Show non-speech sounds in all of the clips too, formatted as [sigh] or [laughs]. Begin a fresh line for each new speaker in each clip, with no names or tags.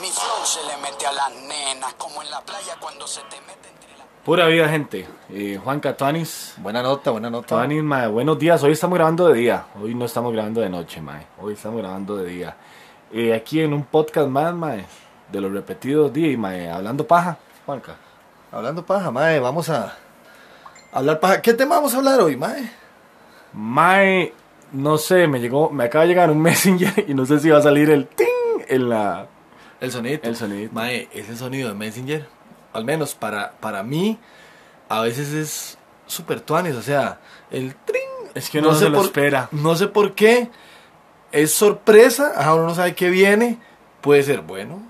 Mi flow se le mete a las nenas, como en la playa cuando se te mete entre la...
Pura vida, gente. Eh, Juanca Tuanis.
Buena nota, buena nota.
Tuanis, mae, buenos días. Hoy estamos grabando de día. Hoy no estamos grabando de noche, mae. Hoy estamos grabando de día. Eh, aquí en un podcast más, mae, de los repetidos días, mae, hablando paja, Juanca.
Hablando paja, mae, vamos a hablar paja. ¿Qué tema vamos a hablar hoy, mae?
Mae, no sé, me llegó, me acaba de llegar un [laughs] messenger y no sé si va a salir el ting en la...
El sonido.
El sonidito.
Mae, ese sonido de Messenger, al menos para, para mí, a veces es súper tuanes, o sea, el tring.
Es que uno no se lo espera.
No sé por qué, es sorpresa, ajá, uno no sabe qué viene, puede ser bueno,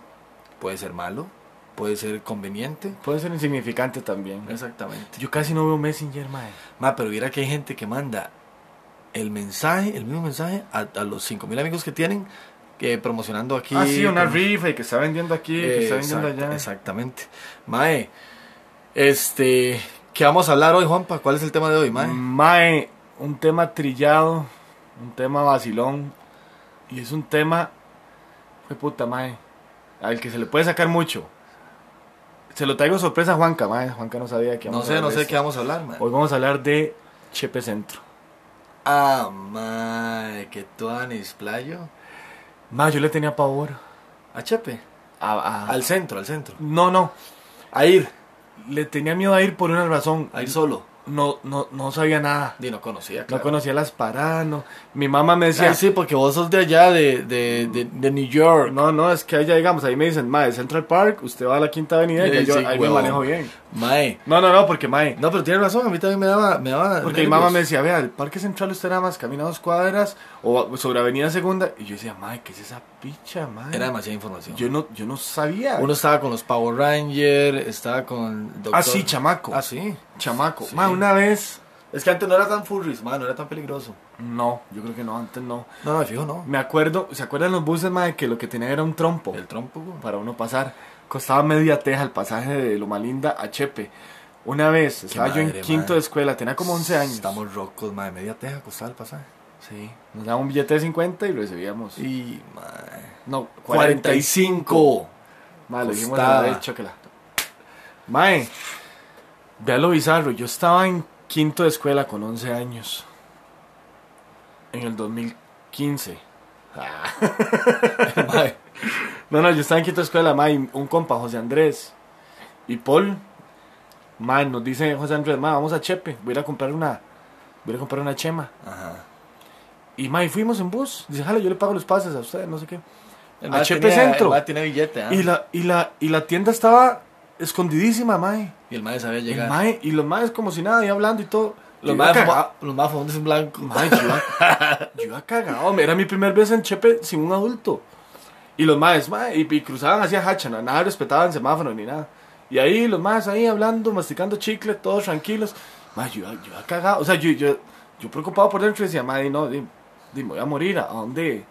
puede ser malo, puede ser conveniente.
Puede ser insignificante también.
Exactamente.
Yo casi no veo messenger, mae.
Ma, pero viera que hay gente que manda el mensaje, el mismo mensaje, a, a los 5.000 amigos que tienen, que promocionando aquí.
Ah, sí, una
con-
rifa y que está vendiendo aquí, que está vendiendo
Exacta-
allá.
Exactamente. Mae, este, ¿qué vamos a hablar hoy, Juanpa? ¿Cuál es el tema de hoy, Mae?
Mm, Mae, un tema trillado, un tema vacilón. Y es un tema, de puta mae, al que se le puede sacar mucho. Se lo traigo sorpresa a Juanca, mae. Juanca no sabía que
no
íbamos a
sé, no
hablar de
sé
esto.
qué vamos a hablar, Mae.
Hoy vamos a hablar de Chepe Centro.
Ah, Mae, que tuanis, playo.
Mae, yo le tenía pavor.
A Chepe.
A- a-
Al centro, al centro.
No, no.
A ir,
Le tenía miedo a ir por una razón.
a ir solo.
No, no, no sabía nada.
Di, no conocía,
No
claro.
conocía las paradas, no. Mi mamá me
Sí,
decía,
sí, porque vos sos de allá, de, de, de, de New York.
No, no, es que allá, digamos, ahí me dicen, mae, Central Park, usted va a la quinta avenida y ya
Sí,
yo
sí,
ahí
huevón.
me manejo bien.
Mae.
No, no, no, porque mae,
No, pero tienes razón, a mí también me daba... Me daba
porque mi
nervios.
mamá me decía, vea, el Parque Central usted nada más camina dos cuadras o sobre Avenida Segunda. Y yo decía, mae, ¿qué es esa picha, mae?
Era demasiada información.
Yo no, yo no sabía.
Uno estaba con los Power Rangers, estaba con... Doctor...
Ah, sí, chamaco.
Ah, sí.
Chamaco.
Sí.
Mae, una vez,
Es que antes no era tan furries, man, no era tan peligroso.
no, yo creo que no, antes no.
No, no, fijo, no.
Me acuerdo, ¿se acuerdan los buses, mae, que lo que tenía era un trompo?
El trompo, güey.
para uno pasar. Costaba media teja el pasaje de Loma Linda a Chepe. Una vez, estaba yo
madre,
en quinto
madre.
de escuela, tenía como 11 años.
Estamos rocos, madre. Media teja costaba el pasaje.
Sí, nos daban un billete de 50 y lo recibíamos.
Y, madre.
No,
45.
Mae, le dijimos
Costaba.
a la vez, chóquela. Mae, vea lo bizarro. Yo estaba en quinto de escuela con 11 años. En el 2015.
[laughs] Madre.
No, no, yo estaba en quinto de escuela, mae, y un compa, José Andrés y Paul. Mae, nos dice José Andrés, mae, vamos a Chepe, voy a ir a comprar una, voy a ir a comprar una chema.
Ajá.
Y mae, fuimos en bus. Dice, jalo, yo le pago los pases a usted, no sé qué.
El
A
mae
Chepe
tenía-
Centro.
El mae tiene billete, ¿ah?
Y la, y la, y la tienda estaba escondidísima, mae.
Y el madre sabía
El
llegar.
mae- y los maes como si nada, y hablando y todo. Yo "Ah,
Los
iba
madres
cagado.
los madres fumándose un blanco.
Mae, yo iba- yo iba cagado, me- era mi primer vez en Chepe sin un adulto. Y los maes, mae, y, y cruzaban hacia hacha, na- nada respetaban semáforo ni nada. Y ahí los maes ahí hablando, masticando chicle, todos tranquilos. Mae, yo, iba- yo iba cagado, o sea, yo, yo, yo preocupado por dentro decía, mae, no, di, di, me voy a morir, ¿a dónde?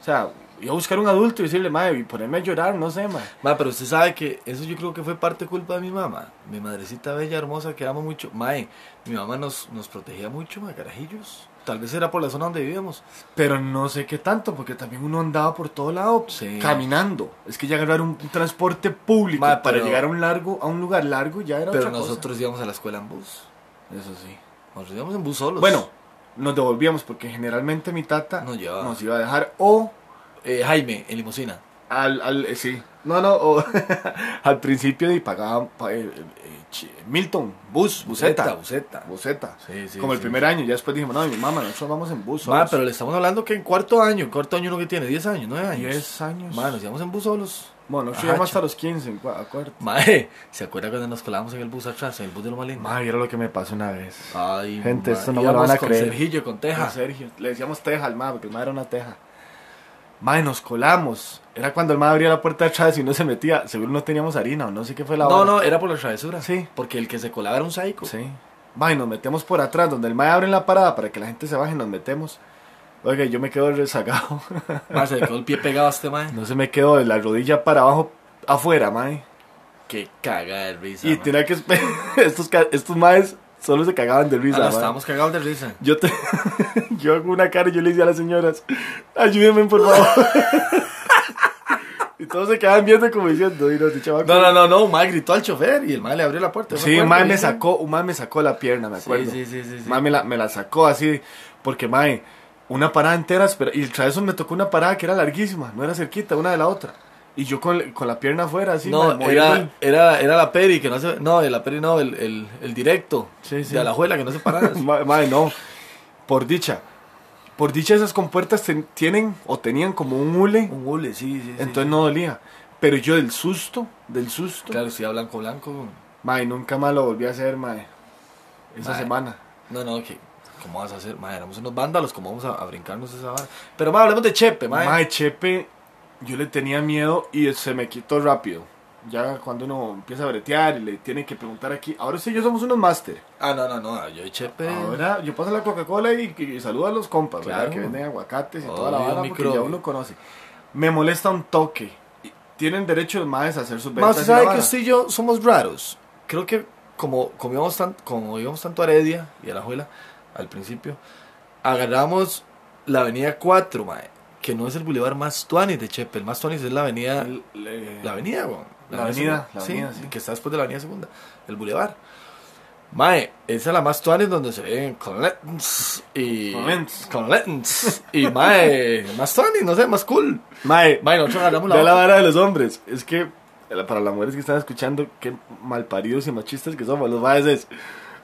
O sea, iba a buscar un adulto y decirle, mae, y ponerme a llorar, no sé, mae.
Mae, pero usted sabe que eso yo creo que fue parte culpa de mi mamá. Mi madrecita bella, hermosa, que amo mucho. Mae, mi mamá nos, nos protegía mucho, mae, carajillos. Tal vez era por la zona donde vivíamos.
Pero no sé qué tanto, porque también uno andaba por todo lado
Sí.
caminando. Es que ya agarrar un un transporte público
Ma,
para
pero-
llegar a un largo, a un lugar largo ya era
Pero
otra cosa.
nosotros íbamos a la escuela en bus.
Eso sí.
Nos íbamos en bus solos.
Bueno, nos devolvíamos porque generalmente mi tata
Nos llevaba.
nos iba a dejar o
Eh, Jaime, en limusina.
al, al eh, sí. No, no, o [laughs] al principio y pagaban pa- eh, eh, chi- Milton, bus, buseta,
Buceta.
buseta.
Sí, sí,
Como el
sí,
primer
sí.
año, ya después dijimos, no, mi mamá, nosotros vamos en bus.
Ma, pero le estamos hablando que en cuarto año, cuarto año uno que tiene, 10 años, 9 años.
10 años.
Ma, nos íbamos en bus solos.
bueno, nosotros
Ajá,
llegamos
cha.
hasta los 15, en cua- a cuarto.
Mae, ¿se acuerda cuando nos colábamos en el bus atrás, en el bus de Loma Linda?
Madre, era lo que me pasó una vez.
Ay,
Gente,
ma,
esto no me lo
íbamos
van a
con
creer.
Sergillo, con
Teja.
Ah. Teja.
Sergio. Le decíamos teja al ma, porque el ma era una teja. Mae, nos colamos. Era cuando el ma abría la puerta de atrás y no se metía. Seguro no teníamos harina o no sé qué fue la
No,
hora.
no, era por la travesura.
Sí.
Porque el que se colaba era un psycho.
Sí. Mae, nos metemos por atrás, donde el ma abre la parada para que la gente se baje, nos metemos. Oiga, yo me quedo rezagado. [laughs]
Ma, se le quedó el pie pegado a este mae.
no se me quedó de la rodilla para abajo afuera, mae.
Qué caga de risa.
Y [laughs]
ma.
tenía que esper- estos, ca- estos maes Solo se cagaban de
Ah,
risa.
no,
mae.
estábamos cagados de risa.
Yo, te- [laughs] yo hago una cara y yo le decía a las señoras, ayúdenme por favor. [laughs] y todos se quedaban viendo como diciendo, y nos chavaco.
No, no, no, no, un mae gritó al chofer y el mae le abrió la puerta.
Sí,
un
un mae me sacó, un mae me sacó la pierna, me acuerdo.
Sí, sí, sí, sí.
Mae me la, me la sacó así, porque mae, una parada entera, espera- y tras eso me tocó una parada que era larguísima, no era cerquita una de la otra. Y yo con, con la pierna afuera, así, mae,
No,
moviendo
era,
el-
era, era la peri que no se... No, la peri no, el, el, el directo
Sí, sí.
de Alajuela que no
[laughs]
se paraba.
Ma- Madre, no. Por dicha. Por dicha esas compuertas ten- tienen o tenían como un hule,
un hule, sí, sí, sí.
entonces no dolía. Pero yo del susto, del susto,
Claro, sí, a blanco, blanco.
madre, nunca más lo volví a hacer, madre. Esa
Madre.
semana.
No, no, que... ¿Cómo vas a hacer? Mae, éramos unos vándalos, ¿cómo vamos a, a brincarnos esa vara? Pero, mae, hablemos de Chepe, mae.
Madre, Chepe, yo le tenía miedo y se me quitó rápido. Ya cuando uno empieza a bretear y le tiene que preguntar aquí, ahora sí, yo somos unos máster.
Ah, no, no, no, yo y Chepe...
Ahora yo paso la Coca-Cola y, y saludo a los compas, ¿verdad?
Claro.
Que venden aguacates y toda la
Obvio,
vara porque
micro.
ya uno conoce. Me molesta un toque. Y Tienen derecho los maes a hacer sus
Mae,
ventas.
usted
y la
sabe que
vara.
usted y yo somos raros. Creo que como, como, íbamos tan, como íbamos tanto a Heredia y a la Juela al principio, agarramos la avenida 4, mae, que no es el bulevar más tuanis de Chepe. El más tuanis es la avenida...
El- le-
La avenida, weón.
La avenida,
segunda.
la
Sí,
avenida, sí.
Que está después de la avenida segunda. El bulevar. Mae, esa es la más tuanes donde se ven Conletons y.
Conletons.
Conletons. Y mae, más tuanes, no sé, más cool.
Mae,
Mae, nosotros agarramos la.
vea la
otra.
vara de los hombres. Es que, la- para las mujeres que están escuchando, qué malparidos y machistas que somos. Los maes es,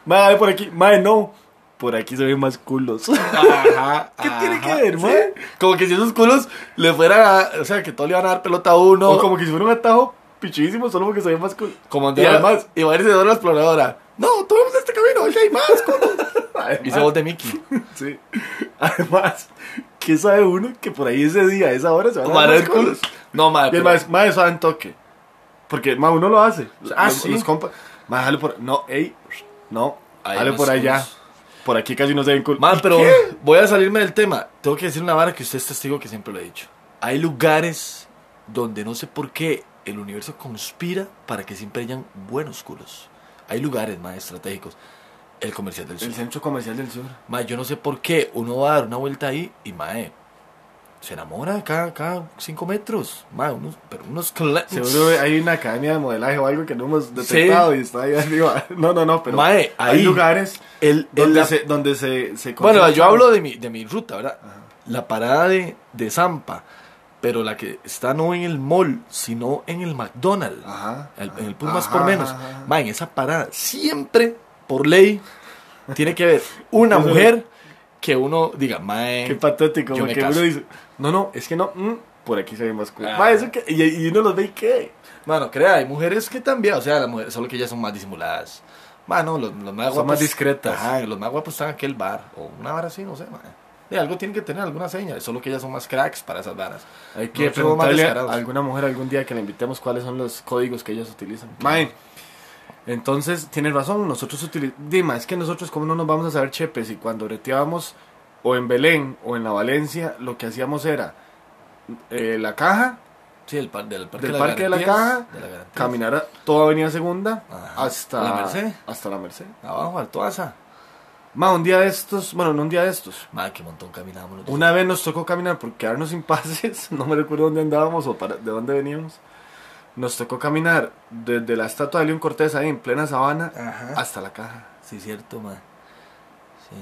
mae, dale por aquí. Mae, no. Por aquí se ven más
[laughs]
culos.
Ajá,
¿Qué
ajá,
tiene que ver, mae?
Como que si esos culos le fueran a. O sea, que todos le van a dar pelota a uno.
O como que si fuera un atajo pichudísimo solo porque se ven más culos.
como
Y
Andrea-
además-
Y va a irse de la exploradora. No, tomemos este camino, aquí hay más [laughs] culos. Y se
Además-
voz de Mickey.
Sí. [laughs] Además, ¿qué sabe uno que por ahí ese día, a esa hora, se van
Van a
a
ver
dar
culos.
culos?
No, mae.
Y el
pero-
maestro, maestro, en toque. Porque más uno lo hace.
Ah,
los,
sí.
Los compas. Mae, jale por. No, ey. No.
Ahí
jale
más
por allá.
culos.
Por aquí casi no se ven culos.
Man, pero voy a salirme del tema. Tengo que decir una vara que usted es testigo que siempre lo he dicho. Hay lugares donde no sé por qué el universo conspira para que siempre hayan buenos culos. Hay lugares más estratégicos. El comercial del sur.
El centro comercial del sur.
Ma, yo no sé por qué uno va a dar una vuelta ahí y mae, se enamora cada, cada cinco metros. Ma, unos, pero unos
[laughs]
cla-
Seguro hay una academia de modelaje o algo que no hemos detectado y está ahí arriba. [laughs] No, no, no, pero.
Mae, ahí-
hay lugares
El- el-
donde,
la-
se, donde se, se
Bueno,
concentra-
yo hablo de mi, de mi ruta, ¿verdad? La parada de, de Zampa, pero la que está no en el mall, sino en el McDonald's.
Ajá.
el-
ajá,
en el Plus más por
ajá,
menos.
ajá.
Va, en esa parada, siempre, por ley, tiene que haber
[laughs]
una
Eso es.
mujer que uno diga, mae.
Qué patético,
Yo me
porque
caso.
uno dice, no, no, es que no, mm, por aquí se ve más cool.
Ah.
Ma, eso que- y, y uno los ve y qué.
Mano, crea, hay mujeres que también, o sea, las mujeres, solo que ellas son más dissimuladas. Mano, los, los más guapos.
Son más discretas.
Ajá, los más guapos están en aquel bar, o una vara así, no sé, man. De algo tienen que tener, alguna seña, solo que ellas son más cracks para esas varas.
Hay
que
que
preguntarle
preguntarle
a
a alguna mujer algún día que la invitemos cuáles son los códigos que ellas utilizan. Mae, entonces tienes razón, nosotros utilizamos. Dima, es que nosotros, ¿cómo no nos vamos a saber chepes? Y cuando breteábamos, o en Belén o en la Valencia, lo que hacíamos era eh, la caja,
Sí, el par- del parque,
del
de,
parque de la caja,
De la garantía.
caminar a toda Avenida Segunda
Ajá.
hasta
¿La Merced?
Hasta la Merced.
Abajo, al Toaza.
Ma, un día de estos, bueno, no un día de estos.
Madre, qué montón caminábamos. los
Una vez nos tocó caminar por quedarnos sin pases, [laughs] no me recuerdo dónde andábamos o para, de dónde veníamos. Nos tocó caminar desde la estatua de León Cortés ahí en plena sabana
Ajá.
hasta la caja.
dos. Sí, cierto, madre. Sí.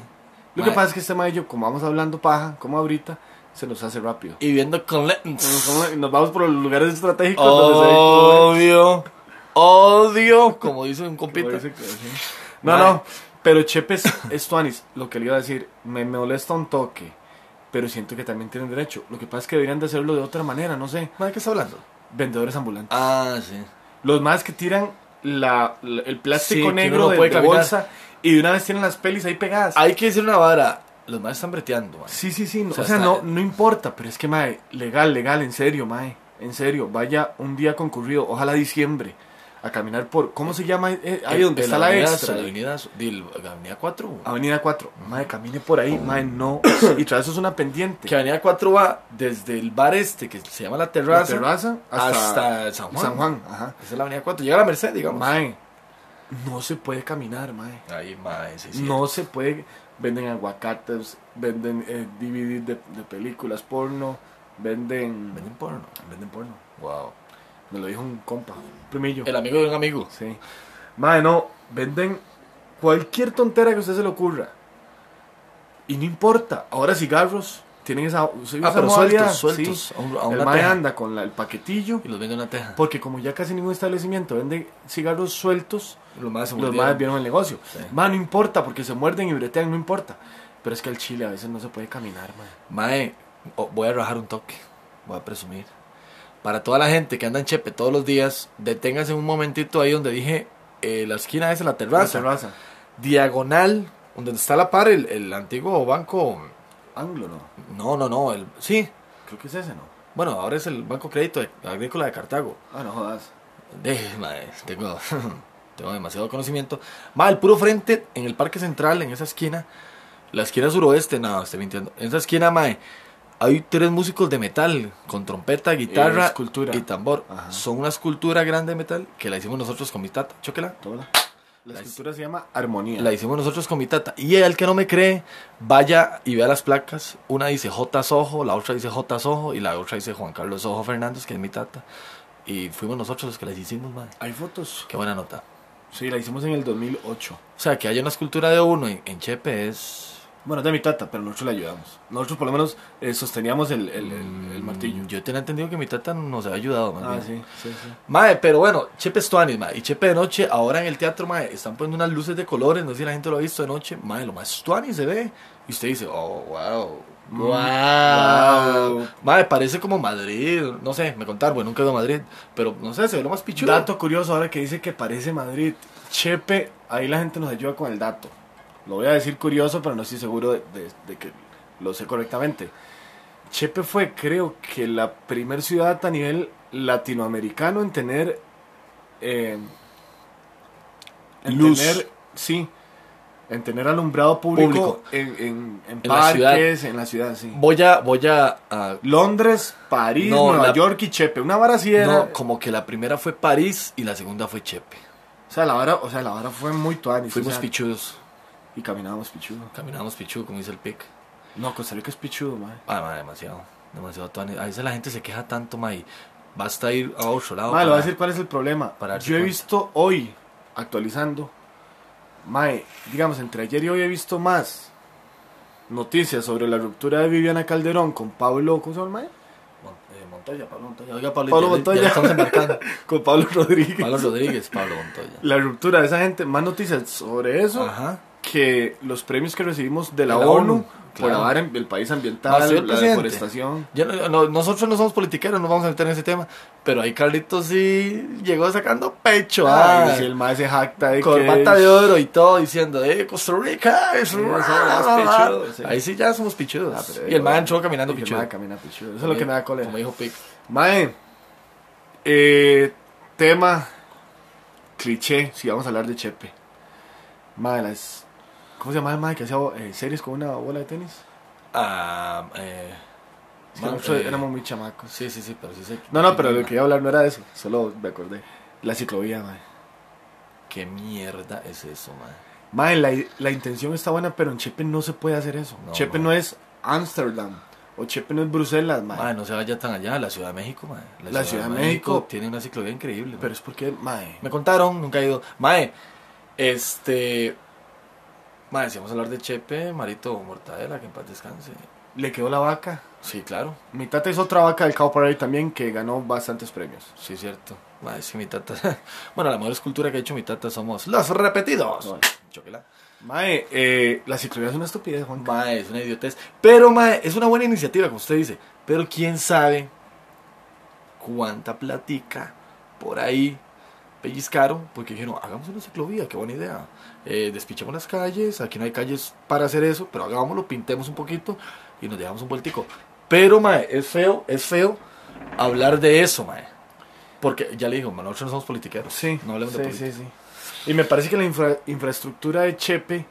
Lo
Mae,
que pasa es que este mayo, como vamos hablando paja, como ahorita, se nos hace rápido.
Y viendo con. le- Mm,
Nos- Nos vamos por los lugares estratégicos donde
Odio. Odio. Como dice un
se ve como-
compita.
como dice que- sí. No,
Mae.
no, pero Chepes es Tuanis, lo que le iba a decir, me, me molesta un toque, pero siento que también tienen derecho. Lo que pasa es que deberían de hacerlo de otra manera, no sé.
Madre, ¿qué está hablando?
Vendedores ambulantes.
Ah, sí.
Los más que tiran la, la- el
Sí,
plástico
que uno
negro de,
puede
de
caminar.
bolsa y de una vez tienen las pelis ahí pegadas.
Hay que decir una vara. Los más están breteando, mae.
Sí, sí, sí. no-
O
o
sea,
sea,
está-
no, no importa, pero es que, mae, legal, legal, en serio, mae. En serio, vaya un día concurrido, ojalá diciembre, a caminar por. ¿Cómo se llama? Eh, ahí donde
De
está la
avenida- Ah,
extra.
La avenida, de la avenida 4. güey.
Avenida 4. Mae, camine por ahí, mae,
[coughs]
no. Y tras eso es una pendiente.
Mm. Que avenida 4 va desde el bar este que se llama La
La
Terraza,
terraza hasta,
hasta, San Juan.
San Juan. Ajá.
Esa es la avenida 4. Llega a la Merced, digamos.
Mae, no se puede caminar, mae.
Ahí, mae, sí, sí.
No se puede. Venden aguacates, venden eh, DVD de, de películas porno, venden.
Venden porno.
Venden porno.
Wow.
Me lo dijo un compa, un primillo.
El amigo de un amigo.
Sí. Mae, no, venden cualquier tontera que a usted se le ocurra. Y no importa. Ahora cigarros tienen esa. se usa
Ah, pero
modalidad,
sueltos, sueltos.
sí.
A un- a
El
una
mae
teja.
anda con la- el paquetillo.
Y los vende en una teja.
Porque como ya casi ningún establecimiento vende cigarros sueltos,
Los más
los madres vieron el negocio.
Sí.
Ma, no importa, porque se muerden y bretean, no importa. Pero es que al chile a veces no se puede caminar, man.
Mae, o- voy a rajar un toque. Voy a presumir. Para toda la gente que anda en Chepe todos los días, deténgase un momentito ahí donde dije eh, la esquina es la terraza.
raza.
Diagonal, donde está la par, el, el antiguo banco.
Anglo, ¿no?
No, no, no. El, sí.
Creo que es ese, ¿no?
Bueno, ahora es el Banco Crédito Agrícola de Cartago.
Ah, no jodas.
De, mae, tengo, [laughs] tengo demasiado conocimiento. Mae, el puro frente, en el Parque Central, en esa esquina, la esquina suroeste, no, estoy mintiendo. En esa esquina, mae, hay tres músicos de metal, con trompeta, guitarra
Eh, escultura.
y tambor.
Ajá.
Son una escultura grande de metal que la hicimos nosotros con mi tata. Chóquela.
Tómala. La
La-
escultura se llama Armonía.
La hicimos nosotros con mi tata. Y el que no me cree, vaya y vea las placas. Una dice J. Sojo, la otra dice J. Sojo y la otra dice Juan Carlos Sojo Fernández, que es mi tata. Y fuimos nosotros los que las hicimos, mae.
Hay fotos.
Qué buena nota.
Sí, la hicimos en el 2008.
O sea, que haya una escultura de uno en, en Chepe es...
Bueno, es de mi tata, pero nosotros le ayudamos. Nosotros por lo menos eh, sosteníamos el, el- el- el martillo.
Mm, Yo tenía entendido que mi tata nos había ayudado, más
Mm. Ah,
bien.
sí, sí, sí.
Mae, pero bueno, Chepe es tuanis, mae. Y Chepe de noche, ahora en el teatro, mae, están poniendo unas luces de colores. No sé si la gente lo ha visto de noche. Mae, lo más tuanis se ve. Y usted dice, oh, wow. Wow.
wow.
Mae, parece como Madrid. No sé, me contaron, bueno, nunca he ido a Madrid. Pero no sé, se ve lo más pichudo.
Dato curioso ahora que dice que parece Madrid. Chepe, ahí la gente nos ayuda con el dato. Lo voy a decir curioso, pero no estoy seguro de, de- de que lo sé correctamente. Chepe fue, creo que, la primer ciudad a nivel latinoamericano en tener. eh, en
Luz.
tener- sí. En tener alumbrado público,
Público.
en, en- en
En la
parques, en la ciudad, sí.
Voy a, voy a, a
Londres, París,
No,
Nueva
la-
York y Chepe. Una vara así era.
No, como que la primera fue París y la segunda fue Chepe.
O sea, la vara, o sea, la vara fue muy tuanis.
Fuimos
o sea,
pichudos.
Y caminábamos pichudo.
Caminábamos pichudo, como dice el pic.
No, Costa Rica es pichudo, mae.
Ah, ma, demasiado. Demasiado tuanis. A veces la gente se queja tanto, ma, y basta ir a otro lado.
Mae, le voy a
para-
decir cuál es el problema.
para darse
Yo he
cuenta.
visto hoy, actualizando, mae, digamos, entre ayer y hoy he visto más noticias sobre la ruptura de Viviana Calderón con Pablo, ¿cómo se llama, el mae?
Mon- eh, Montoya, Pablo Montoya. Oiga, Pablo,
Pablo
ya- ya
Montoya. [laughs]
estamos embarcando.
Con Pablo Rodríguez.
Pablo Rodríguez, Pablo Montoya.
La ruptura de esa gente, más noticias sobre eso
Ajá.
que los premios que recibimos de la,
De la
ONU,
ONU,
por la
claro.
vara en el país
Ma,
ambiental,
soy el
la
presidente.
deforestación.
Ya no- no- nosotros no somos politiqueros, no vamos a meter en ese tema. Pero ahí Carlitos sí llegó sacando pecho. ah,
Ay, si el mae se jacta de
Corbata
que...
de oro y todo diciendo, eh, Costa Rica, es
somos pichudos, sí.
Ahí sí ya somos pichudos.
Ah, pero
Pues, y el
igual.
man entró caminando
Y que
pichudo.
mae camina pichudo. Eso es lo que me da cólera.
Como dijo Pic.
Mae, eh, tema cliché, si vamos a hablar de Chepe. Mae, las, ¿cómo se llama el mae que hacía eh, series con una bola de tenis?
Ah, eh,
Es que
man,
nosotros
eh,
éramos muy chamacos.
Sí, sí, sí, pero sí sé.
No, no, pero lo
qué
que iba a hablar no era de eso, solo me acordé. La ciclovía, mae.
¿Qué mierda es eso, man?
Mae, la, la intención está buena, pero en Chepe no se puede hacer eso.
No,
Chepe
mae.
no es Amsterdam, o Chepe no es Bruselas, mae.
Man, no se vaya tan allá, la Ciudad de México, man.
La Ciudad de México.
tiene una ciclovía increíble.
Pero es porque, mae,
Me contaron, nunca he ido. Mae, este. Mae, si vamos a hablar de Chepe, Marito Mortadela, que en paz descanse.
le quedó la vaca.
Sí, claro.
Mi tata es otra vaca del Cow Parade también que ganó bastantes premios.
Sí, es cierto. Ma, es que mi tata. [laughs] Bueno, la mejor escultura que ha hecho mi tata somos los repetidos.
No.
Chóquela.
Mae, eh, la ciclovía es una estupidez, Juan.
Ma, es una idiotez. Pero, ma, es una buena iniciativa, como usted dice. Pero quién sabe cuánta platica por ahí pellizcaron. Porque dijeron, hagamos una ciclovía, qué buena idea. Eh, despichemos las calles, aquí no hay calles para hacer eso, pero hagámoslo, pintemos un poquito y nos dejamos un vueltico. Pero, ma, es feo, es feo hablar de eso, ma. Porque, ya le digo, ma, nosotros no somos politiqueros.
Sí,
no hablemos de
sí,
política.
sí, sí. Y me parece que la infra- infraestructura de Chepe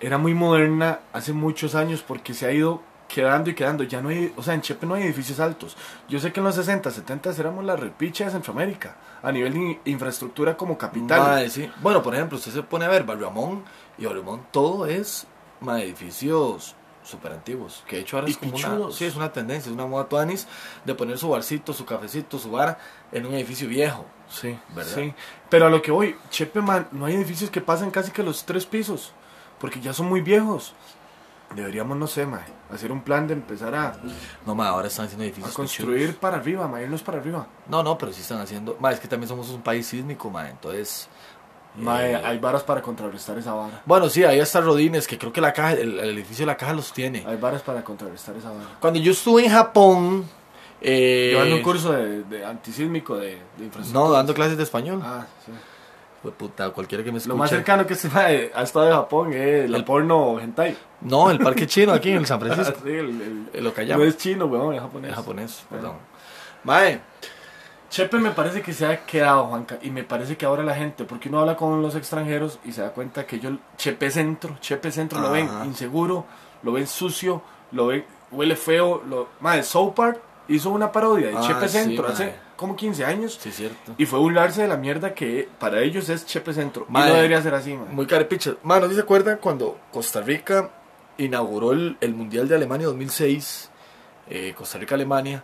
era muy moderna hace muchos años porque se ha ido quedando y quedando. Ya no hay, o sea, en Chepe no hay edificios altos. Yo sé que en los 60, 70 éramos la repicha de Centroamérica a nivel de in- infraestructura como capital.
Mae, sí. Bueno, por ejemplo, usted se pone a ver Barramón y Barramón todo es mae, edificios súper antiguos. Que de hecho ahora
Y
es como una,
pichudos.
sí, es una tendencia, es una moda tuanis de poner su barcito, su cafecito, su bar en un edificio viejo.
Sí,
¿Verdad?
sí. Pero a lo que voy, Chepe, man, no hay edificios que pasen casi que los tres pisos, porque ya son muy viejos. Deberíamos, no sé, mae, hacer un plan de empezar a, a
No, mae, ahora están haciendo edificios.
construir para arriba, mae, irnos para arriba.
pichudos. No, no, pero sí están haciendo. Mae, es que también somos un país sísmico, mae, entonces.
Mae,
eh,
hay varas para contrarrestar esa vara.
Bueno, sí, ahí está Rodines, que creo que la caja, el, el edificio de la caja los tiene.
Hay varas para contrarrestar esa vara.
Cuando yo estuve en Japón. eh,
Llevando un curso de, de antisísmico de, de infraestructura.
No, dando clases de español.
Ah, sí.
Pues, puta, cualquiera que me escuche.
Lo más cercano que se mae, ha estado de Japón es el,
El-
porno hentai.
No, el parque chino aquí en el San
Ah,
[laughs] Francisco.
[laughs] sí, el- el-
Eh, Lo
no
callamos.
es chino, weón, es japonés.
Es japonés, perdón.
Mae, Chepe me parece que se ha quedado, Juanca, y me parece que ahora la gente, porque uno habla con los extranjeros y se da cuenta que ellos, Chepe Centro, Chepe Centro lo ven
Ajá.
inseguro, lo ven sucio, lo ven, huele feo, lo... Mae, South Park hizo una parodia de
Ah,
Chepe
sí,
Centro
mae.
hace como 15 años
Sí, cierto.
y fue burlarse de la mierda que para ellos es Chepe Centro.
Mae.
y no debería ser así, mae.
Muy carepichas. Mano, ¿sí se acuerdan cuando Costa Rica inauguró el, el Mundial de Alemania 2006? Eh, Costa Rica-Alemania.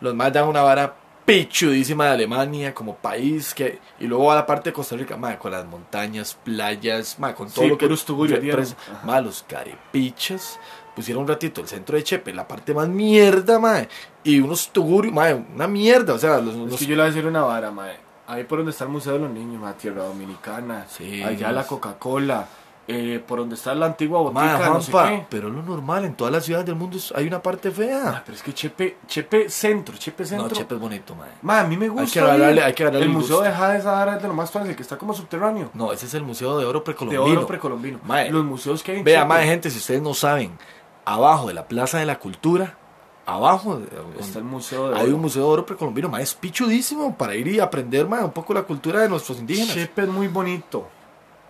Los más dan una vara pichudísima de Alemania como país. que Y luego a la parte de Costa Rica, mae, con las montañas, playas, mae, con todo
Sí,
lo que...
puros tugurios,
represa.
dieron. Ajá.
Mae, los carepichas pusieron un ratito el centro de Chepe, la parte más mierda, mae. Y unos tugurios, mae, una mierda. O sea, los...
Es
los-
que yo le voy a decir una vara, mae. Ahí por donde está el Museo de los Niños, mae, Tierra Dominicana.
Sí.
Allá la Coca-Cola. eh, por donde está la antigua
Mae,
botica, no sé
Juanpa,
qué.
pero es lo normal, en todas las ciudades del mundo es- hay una parte
Ah,
fea.
pero es que Chepe, Chepe Centro, Chepe Centro.
No, Chepe es bonito, mae.
Mae, a mí me gusta.
que agarrarle-
ir.
hay que agarrarle
El
el
Museo
gusto.
de Jade esa vara es de lo más fácil, que está como subterráneo.
No, ese es el Museo de Oro Precolombino.
De oro precolombino.
Mae.
Los museos que hay en
eh, Vea,
Chepe.
mae, gente, si ustedes no saben, abajo de la Plaza de la Cultura, abajo de- eh,
Está el Museo de
hay
Oro.
un Museo de Oro Precolombino, mae, es pichudísimo para ir y aprender, mae, un poco la cultura de nuestros indígenas.
Chepe es muy bonito.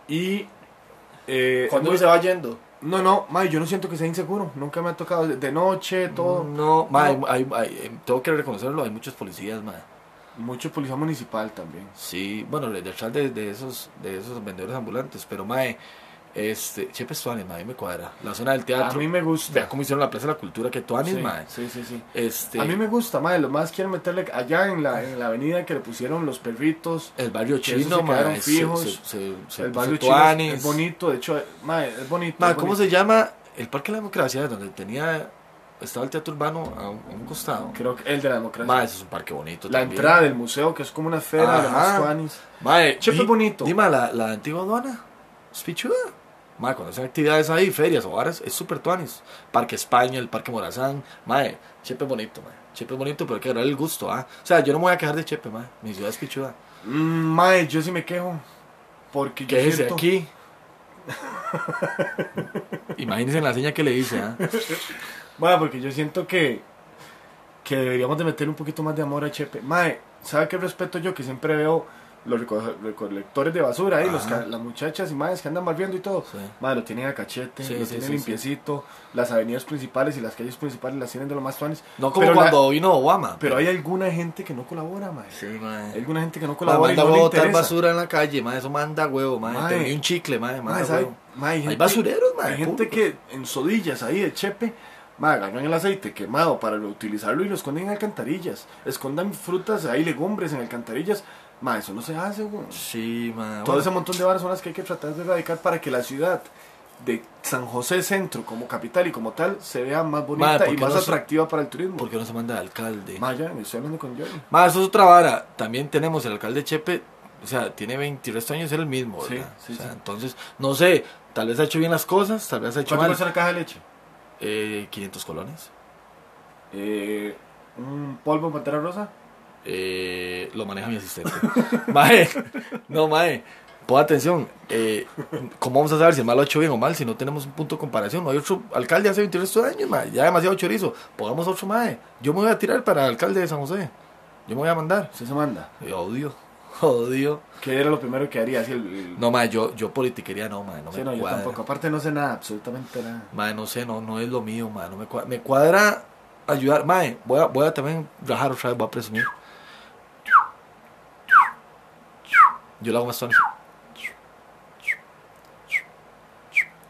Y. eh,
¿Cuándo
no-
se va yendo?
No, no, mae, yo no siento que sea inseguro. Nunca me ha tocado de- de noche, todo.
No, mae, hay- hay- eh, tengo que reconocerlo, hay muchos policías, mae.
Mucho policía municipal también.
Sí, bueno, detrás de, de esos de esos vendedores ambulantes, pero mae, este, Chepe es Tuanes, mae, a mí me cuadra. La zona del
A
teatro.
mí me gusta.
Vea cómo hicieron la Plaza de la Cultura, que Tuanes,
sí,
mae.
sí, sí, sí.
Este,
A mí me gusta, madre. Los más quieren meterle allá en la, en la avenida que le pusieron los perritos.
El barrio
Que esos
chino,
se quedaron
mae, se-
fijos.
se- se- se
el
puso
barrio chino
tuanis.
es- es bonito, de hecho, madre, es bonito.
Mae,
es
¿cómo
bonito.
se llama? El Parque de la Democracia, donde tenía estaba el teatro urbano a un, a un costado.
Creo que el de la democracia.
Mae, eso es un parque bonito
la
también.
entrada del museo, que es como una esfera de los
Ajá.
más tuanis.
Mae,
Chepe
di-
es bonito.
Dima, la, la antigua aduana. Es pichuda. Mae, cuando hacen actividades ahí, ferias o bares, es súper tuanis. Parque España, el Parque Morazán. Mae, Chepe es bonito, mae. Chepe es bonito, pero hay que darle el gusto, ¿ah? O sea, yo no me voy a quejar de Chepe, mae. Mi ciudad es pichuda.
Mm, madre, yo sí me quejo. Porque yo
Quéjese
siento-
aquí. [laughs] Imagínense la seña que le hice, ¿ah?
Madre, porque yo siento que, que deberíamos de meterle un poquito más de amor a Chepe. Madre, ¿sabe qué respeto yo? Que siempre veo los reco- recolectores de basura ahí, los
Ajá.
ca- las muchachas y madres que andan barriendo y todo.
Sí.
Madre, lo tienen a cachete,
Sí,
lo
sí,
tienen
sí,
limpiecito. Las avenidas principales y las calles principales las tienen de lo más tuanes.
No como
Pero la-
cuando vino Obama.
pero hay alguna gente que no colabora, madre.
Sí,
Hay
mae.
alguna gente que no
Ma,
colabora y
manda
no
a
le
botar
interesa.
basura en la calle, mae. Eso manda huevo, mae.
Mae.
Te uní un chicle, mae.
Mae,
Manda
¿sabe?
huevo.
Mae,
Hay
gente-
basureros, mae.
Hay gente
puta.
que en sodillas ahí de chepe, mae, ganan el aceite quemado para reutilizarlo y lo esconden en alcantarillas. Escondan frutas ahí, legumbres en alcantarillas. Mae, eso no se hace, güey.
Sí, mae.
Todo
bueno.
ese montón de varas son las que hay que tratar de erradicar para que la ciudad de San José Centro como capital y como tal se vea más bonita
¿por
y
qué
más
no se-
atractiva para el turismo.
¿Por qué no se manda al alcalde?
Mae, ya, me estoy hablando con Johnny.
Mae, eso es otra vara. También tenemos el alcalde Chepe. O sea, tiene 20 resto años, es el mismo,
Sí,
¿verdad?
sí,
o sea,
sí.
entonces, no sé, tal vez ha hecho bien las cosas, tal vez ha hecho
¿Cuánto
mal.
cuesta la caja de leche?
Eh, 500 colones.
Eh, ¿Un polvo en pantera rosa?
Eh, lo maneja mi asistente. [laughs] mae, no, mae. Pon atención. eh, ¿Cómo vamos a saber si el mal lo ha hecho bien o mal si no tenemos un punto de comparación? No hay otro alcalde hace 23 años, mae. Ya demasiado chorizo. Pongamos otro, mae. Yo me voy a tirar para el alcalde de San José. Yo me voy a mandar.
Usted se pues manda.
Eh, Odio. [laughs] Odio.
¿Qué era lo primero que haría? Así el- el-
No, mae, yo, yo politiquería no, mae, no
Sí,
me
no, yo
cuadra.
tampoco. Aparte no sé nada, absolutamente nada.
Mae, no sé, no, no es lo mío, mae, no me cuadra. Me cuadra ayudar, mae, voy a, voy a también rajar otra vez, voy a presumir. Yo lo hago más tónico.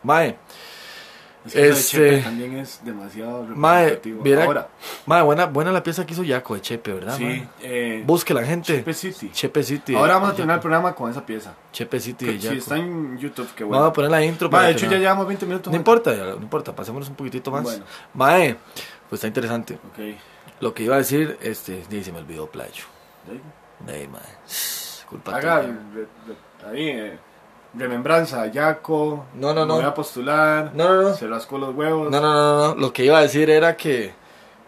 Mae,
Es que lo de
Este-
Chepe también es demasiado
mae,
representativo.
viera-
Ahora,
mae, buena, buena la pieza que hizo Yaco de Chepe, ¿verdad?
sí,
Ah, mae?
eh,
Busque la gente.
Chepe City.
Chepe City.
Ahora vamos a terminar el programa con esa pieza.
Chepe City
Que
de
si
Yaco.
está en YouTube, qué
Vamos
bueno.
a poner la intro.
Ma,
para
de hecho, ya
terminar.
llevamos 20 minutos.
No importa, ya, no importa, pasémonos un poquitito más.
Bueno.
Mae, pues está interesante.
Ok. Ahí.
Lo que iba a decir, este, y se me olvidó playo. Ey, mae. Culpa
Haga
tuya.
re- re- ahí, eh, remembranza a Yaco.
No, no,
me
no.
Voy a postular.
No, no, no.
Se rascó los huevos.
No, no, no, no, Lo que iba a decir era que,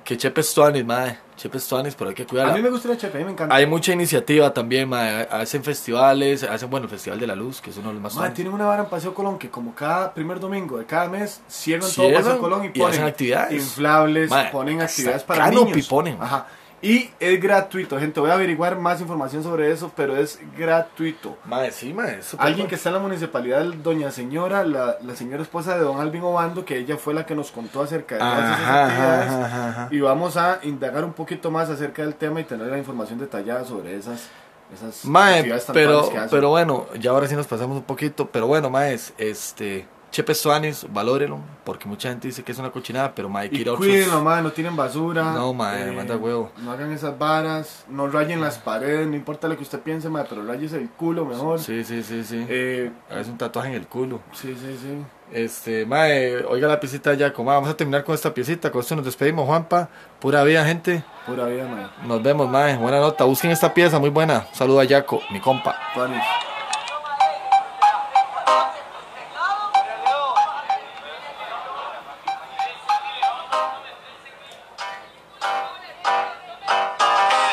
que Chepe Stuanis, mae. Chepe Stuanis, pero hay que
A
cuidarla.
mí me gusta el Chepe, a mí me encanta.
Hay mucha iniciativa también, mae. Hacen festivales, hacen, bueno, el Festival de la Luz, que es uno de los más
Ma,
famosos.
tienen una vara en Paseo Colón que como cada primer domingo de cada mes cierran, todo
Cierran
Paseo Colón y
y
ponen
hacen actividades.
inflables,
Ma,
ponen
hasta
actividades para
canopy
niños.
ponen.
Ajá. Y es gratuito, gente. Voy a averiguar más información sobre eso, pero es gratuito.
Mae, sí, mae. es súper
Alguien
bueno.
que está en la municipalidad, doña señora, la, la señora esposa de don Alvin Obando, que ella fue la que nos contó acerca de todas esas
Ajá,
actividades.
ajá, ajá, ajá.
Y vamos a indagar un poquito más acerca del tema y tener la información detallada sobre esas, esas
Mae,
actividades tan padres
pero,
que hacen.
pero bueno, ya ahora sí nos pasamos un poquito. Pero bueno, maes, este. Chepe Suárez, valórelo, porque mucha gente dice que es una cochinada, pero mae, hay que
Y
ir a otros.
cuídenlo, madre, no tienen basura. eh,
No, mae, manda huevo.
No hagan esas varas, no rayen las paredes, no importa lo que usted piense, madre, pero rayes el culo mejor.
Sí, sí, sí, sí.
Eh,
es un tatuaje en el culo.
sí, sí, sí.
Este, mae, oiga la piecita ya, como vamos a terminar con esta piecita. Con esto nos despedimos, Juanpa. Pura vida, gente.
Pura vida, madre.
Nos vemos, mae. Buena nota. Busquen esta pieza, muy buena. Un Saludo a Yaco, mi compa.
Tuanis.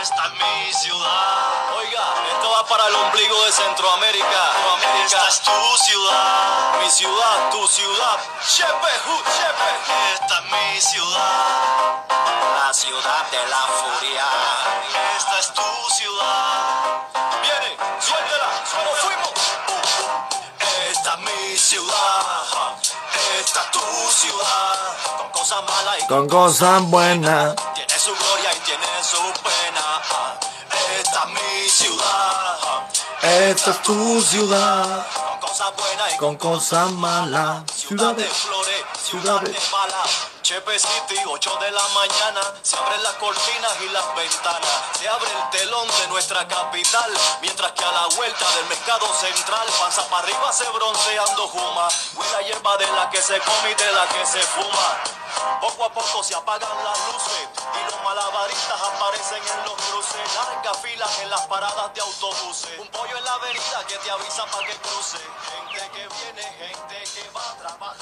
Esta es mi ciudad. Oiga, esto va para el ombligo de Centroamérica. Esta es tu ciudad. Mi ciudad, tu ciudad. Chepe, ju, chepe. Esta es mi ciudad.
La ciudad de la furia.
Esta es tu ciudad. Viene, suéltela, nos fuimos. Esta es mi ciudad. Esta es tu ciudad. Con cosas malas y
Con cosas buenas.
tiene su gloria y tiene su pena. Esta es mi ciudad.
Esta es tu ciudad.
Con cosas buenas y
Con cosas malas.
Ciudad de flores, ciudad de
ciudades.
balas. Chepe City, 8 de la mañana. Se abren las cortinas y las ventanas. Se abre el telón de nuestra capital. Mientras que a la vuelta del mercado central, pasa para arriba se bronceando juma. Huele a hierba de la que se come y de la que se fuma. Poco a poco se apagan las luces y los malabaristas aparecen en los cruces. Largas filas en las paradas de autobuses. Un pollo en la avenida que te avisa para que cruce. Gente que viene, gente que va a trabajar.